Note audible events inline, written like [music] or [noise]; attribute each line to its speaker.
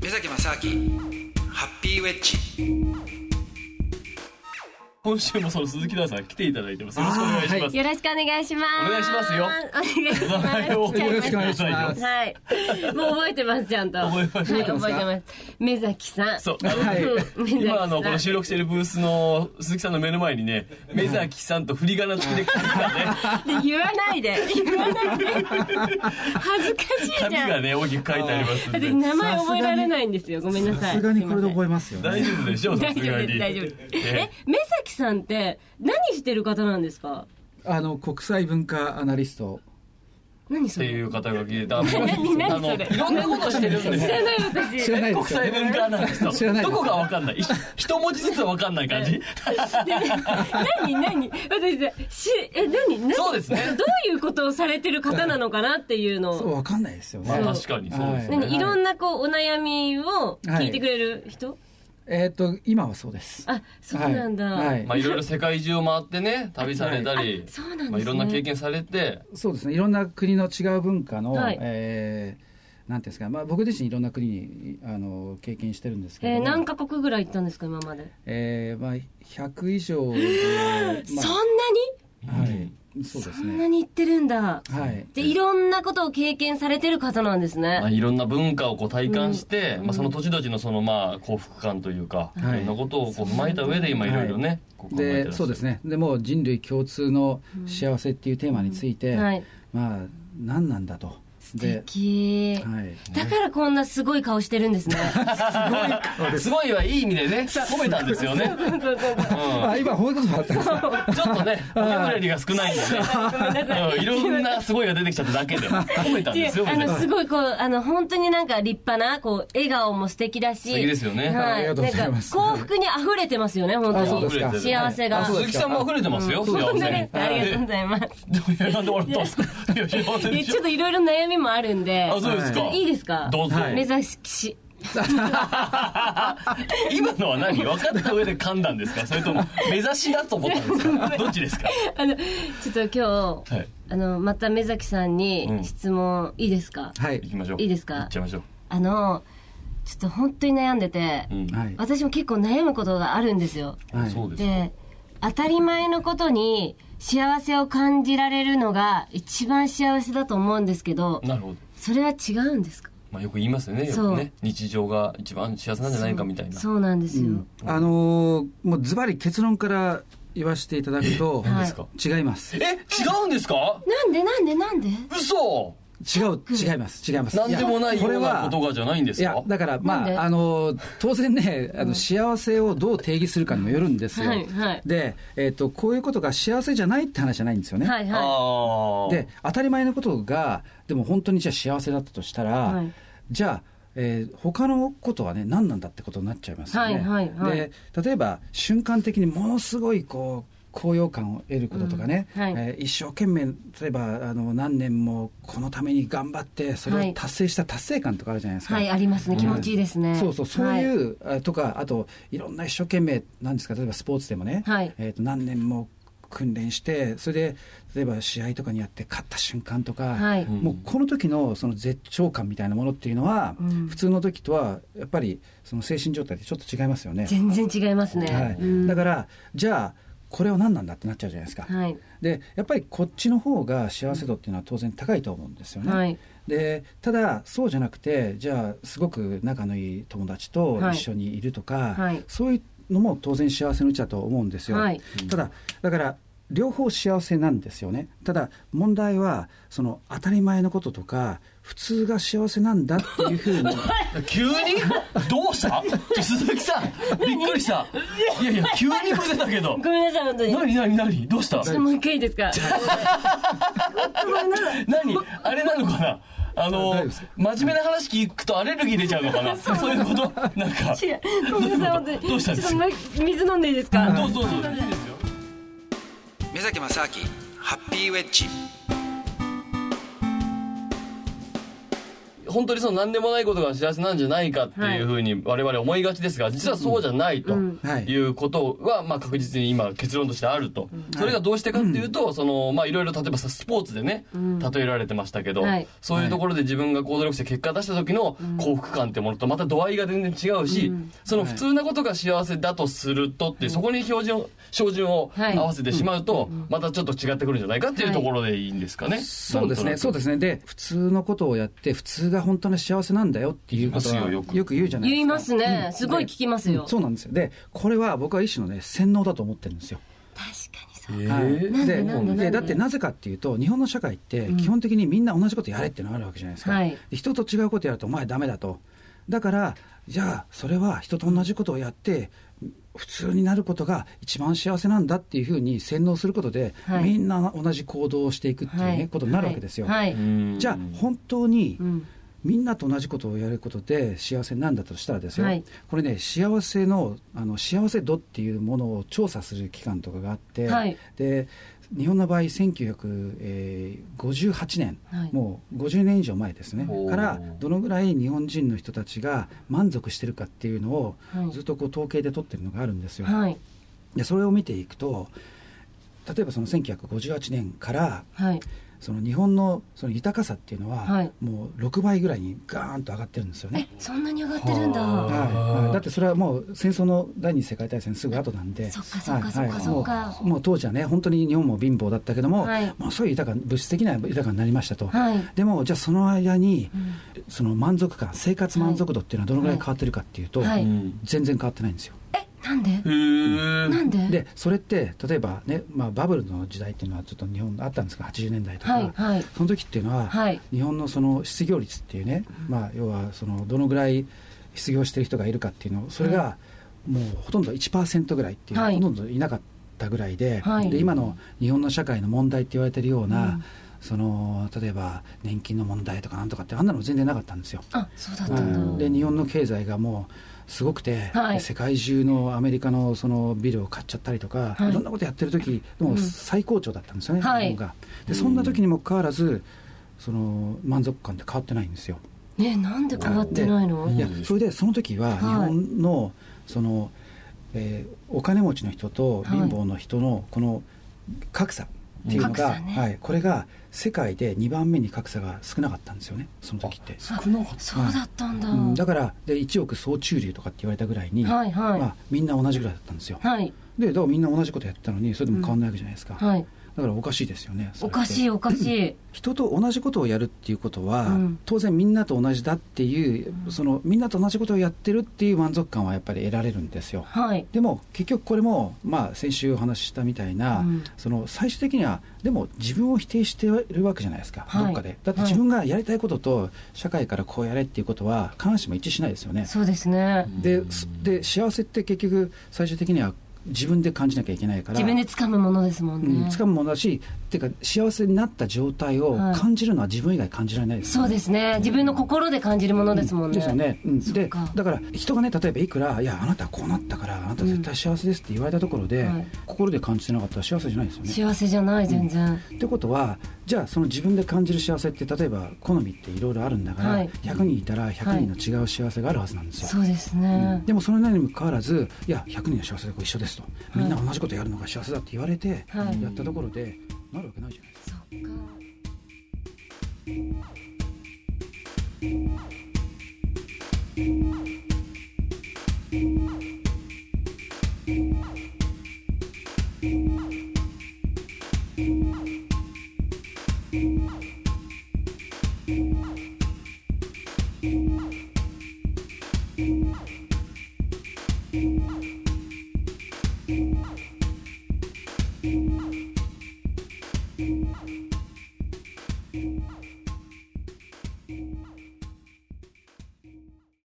Speaker 1: 目崎正明ハッピーウェッジ
Speaker 2: 今週もその鈴木奈々さん来ていただいてます。よろしくお願いします。
Speaker 3: よろしくお願いしま
Speaker 2: お願いしますよ
Speaker 3: す。
Speaker 2: 名
Speaker 3: お願い
Speaker 2: 前を
Speaker 3: します。来ちゃいまし
Speaker 2: 覚えてくだ
Speaker 3: た
Speaker 2: さいよ
Speaker 4: よろしくお願いしま
Speaker 3: はい。もう覚えてます、ちゃんと。
Speaker 2: 覚えました
Speaker 3: はい、覚えてます。目崎さん。
Speaker 2: そう。
Speaker 4: はい
Speaker 3: うん。目崎さん
Speaker 2: 今あのこの収録しているブースの鈴木さんの目の前にね目崎さんと振り仮名付きで書いたね
Speaker 3: で言わないで。言わないで。恥ずかしい
Speaker 2: 紙
Speaker 3: じゃ
Speaker 2: が
Speaker 3: ん。 [laughs]
Speaker 2: ね大きく書いてありますんで
Speaker 3: 私名前覚えられないんですよ。ごめんなさい。
Speaker 4: さすがにこれで覚えますよ
Speaker 2: 大
Speaker 4: ね。
Speaker 2: 丈夫でしょうさ
Speaker 3: 大
Speaker 2: す
Speaker 3: 丈
Speaker 2: が
Speaker 3: 夫
Speaker 2: に
Speaker 3: です、大丈夫
Speaker 2: え
Speaker 3: です。え、目崎さんって何してる方なんですか
Speaker 4: あの国際文化アナリスト。
Speaker 3: 何
Speaker 2: っ
Speaker 3: そ
Speaker 2: て
Speaker 3: れ
Speaker 2: いう方が聞いたあもう
Speaker 3: 何何
Speaker 2: あの
Speaker 3: [laughs] それ
Speaker 2: いろんなことしてるんです
Speaker 3: 知
Speaker 2: よ
Speaker 3: らない私。
Speaker 4: 知らないで
Speaker 2: 国
Speaker 4: すよ
Speaker 2: 際
Speaker 4: ね。
Speaker 2: 文化アナリス
Speaker 4: 知
Speaker 2: トど
Speaker 4: らないです
Speaker 2: こかわかんないい一文字ずつわかんない感じ
Speaker 3: 何何私さしえ何何
Speaker 2: そうですね
Speaker 3: どういうことをされてる方なのかなっていうのを
Speaker 4: そうわかんないですよ
Speaker 2: まあ
Speaker 4: ね。
Speaker 2: 確かにそうですよ
Speaker 3: 何
Speaker 2: ね
Speaker 3: いろんなこうお悩みを聞いてくれる人、
Speaker 4: えっと今はそうです。
Speaker 3: あそうなんだ、
Speaker 4: はいはい
Speaker 2: まあいろいろ世界中を回ってね旅されたり
Speaker 3: あそうなんですね
Speaker 2: まあいろんな経験されて
Speaker 4: そうですね。いろんな国の違う文化の、
Speaker 3: はい
Speaker 4: えーなんていうんですか、まあ僕自身いろんな国にあの経験してるんですけど
Speaker 3: えー
Speaker 4: も、
Speaker 3: 何カ国ぐらい行ったんですか今まで、
Speaker 4: えーまあ100以上
Speaker 3: [laughs]
Speaker 4: で、ま
Speaker 3: そんな
Speaker 4: あ、はい、そうで
Speaker 3: に
Speaker 4: す
Speaker 3: そんな
Speaker 4: ね。
Speaker 3: に行ってるんだ
Speaker 4: はい。
Speaker 3: でいろんなことを経験されてる方なんですね、
Speaker 2: まあ、いろんな文化をこう体感して、まあ、その土地々のそのまあ幸福感というか、
Speaker 4: はい
Speaker 2: い、ろんなことをこう踏まえた上で今いろいろね、こう考えてら
Speaker 4: で
Speaker 2: っしゃる
Speaker 4: そうですねでもう人類共通の幸せっていうテーマについて、
Speaker 3: はい
Speaker 4: まあ何なんだと
Speaker 3: 素
Speaker 4: で、
Speaker 3: 敵、
Speaker 4: はい、
Speaker 3: だからこんなすごい顔してるんです
Speaker 4: [laughs]
Speaker 3: ね
Speaker 2: すごいはいい意味でね褒めたんですよね、うん、ちょ
Speaker 4: あ今こういうことがあったんですか
Speaker 2: っとねお便りが少ないんでねうんいろんなすごいが出てきちゃっただけで褒めたん
Speaker 3: 違
Speaker 2: で
Speaker 3: う
Speaker 2: すよ
Speaker 3: あ
Speaker 2: 皆
Speaker 3: の
Speaker 2: さ
Speaker 3: す
Speaker 2: ん
Speaker 3: ごいこうあの本当になんか立派なこう笑顔も素敵だし
Speaker 2: 素敵ですよね
Speaker 3: はい、
Speaker 4: ありがとうございます
Speaker 3: なんか幸福に溢れてますよね本
Speaker 4: あそう
Speaker 3: 当
Speaker 4: で
Speaker 3: に
Speaker 4: すか
Speaker 3: 幸せが
Speaker 4: あそう
Speaker 2: 鈴
Speaker 4: で
Speaker 2: 木
Speaker 4: す
Speaker 2: さん
Speaker 4: か
Speaker 2: も溢れてますよ、幸
Speaker 3: 本当
Speaker 2: せ
Speaker 3: です [laughs] かありがとうございます
Speaker 2: いやなんで笑ったんですかいや幸せで
Speaker 3: え
Speaker 2: し
Speaker 3: ちょっ
Speaker 2: ょ
Speaker 3: といろいろ悩みもあるんで
Speaker 2: あそうですか、
Speaker 3: いいですか
Speaker 2: どうぞ、
Speaker 4: はい
Speaker 3: 目指し
Speaker 2: [laughs] 今のは何分かった上で噛んだんですかそれとも目指しだと思ったんです
Speaker 3: [laughs]
Speaker 2: かどっちですか
Speaker 3: あのちょっと今日、
Speaker 2: はい
Speaker 3: あのまた目崎さん
Speaker 2: う
Speaker 3: に
Speaker 2: ん
Speaker 3: 質問いいですか、
Speaker 4: はい
Speaker 2: 行きましょう
Speaker 3: いいですか
Speaker 2: 行っちゃいましょう、
Speaker 3: あのちょっと本当に悩んでて、
Speaker 2: うん
Speaker 4: はい
Speaker 3: 私も結構悩むことがあるんですよ
Speaker 4: はい
Speaker 2: そうですか
Speaker 3: で当たり前のことに幸せを感じられるのが一番幸せだと思うんですけど
Speaker 2: なるほど、
Speaker 3: それは違うんですか
Speaker 2: まあ、よく言いますよねよ
Speaker 3: そう
Speaker 2: くね日常が一番幸せなんじゃないかみたいな
Speaker 3: そうなんですよ、
Speaker 4: あのーもうズバリ結論から言わせていただくと
Speaker 3: 何
Speaker 2: ですか
Speaker 4: 違います
Speaker 2: え違うんですか
Speaker 3: なんでなんでなんで
Speaker 2: 嘘
Speaker 4: 違う違います違います
Speaker 2: なんでもない
Speaker 4: や
Speaker 2: ような
Speaker 4: は
Speaker 2: ことがじゃないんです
Speaker 4: いや
Speaker 2: か
Speaker 4: だから
Speaker 3: なん
Speaker 4: ま
Speaker 3: で
Speaker 4: ああの当然ねあの幸せをどう定義するかにもよるんですよ、
Speaker 3: はいはい
Speaker 4: で、えっとこういうことが幸せじゃないって話じゃないんですよね、
Speaker 3: はい
Speaker 2: あ
Speaker 3: は
Speaker 2: ー
Speaker 4: で当たり前のことがでも本当にじゃあ幸せだったとしたら、
Speaker 3: はい
Speaker 4: じゃあ、えー他のことはね何なんだってことになっちゃいますよね。
Speaker 3: はいはいはい
Speaker 4: で例えば瞬間的にものすごいこう高揚感を得ることとかね、
Speaker 3: うんはい
Speaker 4: えー一生懸命例えばあの何年もこのために頑張ってそれを達成した達成感とかあるじゃないです
Speaker 3: い
Speaker 4: か。
Speaker 3: はいありますね気持ちいいですね、
Speaker 4: そうそうそう
Speaker 3: は
Speaker 4: いう、あとかあといろんな一生懸命なんですか例えばスポーツでもね、
Speaker 3: はい
Speaker 4: えー、と何年も訓練してそれで例えば試合とかにやって勝った瞬間とか、
Speaker 3: はい
Speaker 4: もうこの時のその絶頂感みたいなものっていうのは、
Speaker 3: うん
Speaker 4: 普通の時とはやっぱりその精神状態でちょっと違いますよね。
Speaker 3: 全然違いますね、
Speaker 4: はい
Speaker 3: うん
Speaker 4: だからじゃあこれは何なんだってなっちゃうじゃないですか。
Speaker 3: はい
Speaker 4: でやっぱりこっちの方が幸せ度っていうのは当然高いと思うんですよね。
Speaker 3: はい
Speaker 4: でただそうじゃなくてじゃあすごく仲のいい友達と
Speaker 3: はい
Speaker 4: 一緒にいるとか、
Speaker 3: はい
Speaker 4: そういうのも当然幸せのうちだと思うんですよ、
Speaker 3: はい
Speaker 4: ただだから両方幸せなんですよねただ問題はその当たり前のこととか普通が幸せなんだっていう
Speaker 3: [laughs]
Speaker 4: ふうに
Speaker 2: 急にどうした鈴木さんびっくりしたいやいや急に伏せたけど
Speaker 3: ごめんなさい本当
Speaker 2: 何
Speaker 3: に
Speaker 2: 何何どうした
Speaker 3: ちょっともう一回いいですか
Speaker 2: 何あれなのかなあの
Speaker 4: 大丈夫ですか
Speaker 2: 真面目な話聞くとアレルギー出ちゃうのかなそういうことなんか
Speaker 3: 違うごめんなさい本当に
Speaker 2: [laughs] どうしたんですか
Speaker 3: ちょっともう一回水飲んでいいですか
Speaker 2: どうぞどうぞいいですよ
Speaker 1: 目崎正明ハッピーウェッジ
Speaker 2: 本当にその何でもないことが幸せなんじゃないかっていうふうに我々思いがちですが、実はそうじゃないと
Speaker 3: うん
Speaker 4: はい
Speaker 2: いうことは、まあ確実に今結論としてあると。それがどうしてかっていうと、その、まあいろいろ例えばさスポーツでね、
Speaker 3: ん
Speaker 2: 例えられてましたけど
Speaker 3: はい、
Speaker 2: そういうところで自分が行動力して結果出した時の幸福感ってものとまた度合いが全然違うし、その普通なことが幸せだとするとっていう、そこに標準を、標準を
Speaker 3: はい
Speaker 2: 合わせてしまうと、またちょっと違ってくるんじゃないかっていうところでいいんですかね。
Speaker 4: そうです
Speaker 2: なんとな
Speaker 4: ね、
Speaker 2: く
Speaker 4: そうですね。で、普通のことをやって、普通が本当に幸せなんだよっていうこと
Speaker 2: 言いま
Speaker 4: は
Speaker 2: すよ
Speaker 4: よ
Speaker 2: よく
Speaker 4: く言うじゃないですか。
Speaker 3: 言いますね、すごい聞きますよ、
Speaker 4: そうなんですよ。で、これは僕は一種のね、洗脳だと思ってるんですよ。
Speaker 3: 確かにそう、
Speaker 4: はい
Speaker 3: なんで
Speaker 4: で
Speaker 3: なんでなんで
Speaker 4: だってなぜかっていうと日本の社会って基本的にみんな同じことやれってのがあるわけじゃないですか、
Speaker 3: はい
Speaker 4: で人と違うことやるとお前ダメだとだからじゃあそれは人と同じことをやって普通になることが一番幸せなんだっていうふうに洗脳することで、
Speaker 3: はい
Speaker 4: みんな同じ行動をしていくっていう、ね
Speaker 3: はい
Speaker 4: ことになるわけですよ、
Speaker 3: はい、はい
Speaker 4: じゃあ本当に
Speaker 3: うん
Speaker 4: みんなと同じことをやることで幸せなんだとしたらですよ、
Speaker 3: はい
Speaker 4: これね幸せのあの幸せ度っていうものを調査する機関とかがあって、
Speaker 3: はい
Speaker 4: で日本の場合1958年、
Speaker 3: はい
Speaker 4: もう50年以上前ですね
Speaker 2: おー
Speaker 4: からどのぐらい日本人の人たちが満足してるかっていうのを
Speaker 3: はい
Speaker 4: ずっとこう統計で取ってるのがあるんですよ。
Speaker 3: はい
Speaker 4: でそれを見ていくと例えばその1958年から
Speaker 3: はい
Speaker 4: その日本のその豊かさっていうのは、
Speaker 3: はい
Speaker 4: もう6倍ぐらいにガーンと上がってるんですよ
Speaker 3: え
Speaker 4: ね。
Speaker 3: そんなに上がってるんだ
Speaker 2: は
Speaker 4: はいはい、だってそれはもう戦争の第二次世界大戦すぐ後なんで
Speaker 3: そっかそっか
Speaker 4: はいは
Speaker 3: そっか
Speaker 4: い
Speaker 3: そっか
Speaker 4: もうもう当時はね本当に日本も貧乏だったけども、
Speaker 3: はい
Speaker 4: もうそういう豊か物質的な豊かになりましたと、
Speaker 3: はい
Speaker 4: でもじゃあその間に、
Speaker 3: ん
Speaker 4: その満足感生活満足度っていうのはどのぐらい変わってるかっていうと、
Speaker 3: はいはい
Speaker 2: うん
Speaker 4: 全然変わってないんですよ。
Speaker 3: なんで
Speaker 2: へー
Speaker 3: なんで
Speaker 4: でそれって例えばね、まあ、バブルの時代っていうのはちょっと日本あったんですが80年代とか、
Speaker 3: はいはい
Speaker 4: その時っていうのは、
Speaker 3: はい
Speaker 4: 日本のその失業率っていうね、まあ、要はそのどのぐらい失業してる人がいるかっていうのそれがもうほとんど1%ぐらいっていう、
Speaker 3: はい
Speaker 4: ほとんどいなかったぐらいで,、
Speaker 3: はい
Speaker 4: で今の日本の社会の問題って言われてるような、
Speaker 3: うん
Speaker 4: その例えば年金の問題とかなんとかってあんなの全然なかったんですよ。
Speaker 3: あそうだった
Speaker 4: うん
Speaker 3: だ
Speaker 4: んで日本の経済がもうすごくて、
Speaker 3: はい
Speaker 4: 世界中のアメリカのそのビルを買っちゃったりとか、
Speaker 3: はい
Speaker 4: い、ろんなことやってる時
Speaker 3: う
Speaker 4: も
Speaker 3: ん
Speaker 4: う最高潮だったんですよね、
Speaker 3: はい
Speaker 4: 日本がでそんな時にもかかわらずその満足感って変わってないんですよ、
Speaker 3: ねなんで変わってないの
Speaker 2: うん
Speaker 4: いやそれでその時は日本の、その、えーお金持ちの人と貧乏の人のこの格差っていうのが、
Speaker 3: 格差ね
Speaker 4: はい、これが世界で2番目に格差が少なかったんですよねその時って。
Speaker 3: あ
Speaker 2: 少なかっ
Speaker 3: そうだったんだ、
Speaker 4: うん、だからで1億総中流とかって言われたぐらいに、
Speaker 3: はいはい
Speaker 4: まあ、みんな同じぐらいだったんですよ
Speaker 3: はい
Speaker 4: でだからみんな同じことやってたのにそれでも変わんないわけじゃないですか、
Speaker 3: はい
Speaker 4: だからおかしいですよねそれ
Speaker 3: お
Speaker 4: って
Speaker 3: かしいおかしい
Speaker 4: 人と同じことをやるっていうことは、
Speaker 3: うん
Speaker 4: 当然みんなと同じだっていうそのみんなと同じことをやってるっていう満足感はやっぱり得られるんですよ
Speaker 3: はい
Speaker 4: でも結局これも、まあ、先週お話ししたみたいな、
Speaker 3: うん
Speaker 4: その最終的にはでも自分を否定してるわけじゃないですか、
Speaker 3: はい
Speaker 4: どっかでだって自分がやりたいことと社会からこうやれっていうことは必ずしも一致しないですよね
Speaker 3: そうですね
Speaker 4: ですで幸せって結局最終的には自分で感じなきゃいけないから
Speaker 3: 自分で掴むものですもん
Speaker 4: うん
Speaker 3: ね、
Speaker 4: 掴むものだしっていうか幸せになった状態を
Speaker 3: はい
Speaker 4: 感じるのは自分以外感じられないです
Speaker 3: そうですね自分の心で感じるものですもんね、
Speaker 4: ですよね、うん、
Speaker 3: そっ
Speaker 4: で
Speaker 3: か
Speaker 4: だから人がね例えばいくら「いやあなたはこうなったからあなたは絶対幸せです」って言われたところで、
Speaker 3: はい
Speaker 4: 心で感じてなかったら幸せじゃないですよね。
Speaker 3: 幸せじゃない全然、
Speaker 4: ってことはじゃあその自分で感じる幸せって例えば好みっていろいろあるんだから、
Speaker 3: はい
Speaker 4: 100人いたら100人の違う幸せがあるはずなんですよ。
Speaker 3: そうですね、
Speaker 4: うんでもそれなりにもかかわらず「いや100人の幸せと一緒です」と「みんな同じことやるのが幸せだ」って言われて、
Speaker 3: はい
Speaker 4: やったところでなるわけないじゃないですか。
Speaker 3: そっか
Speaker 4: う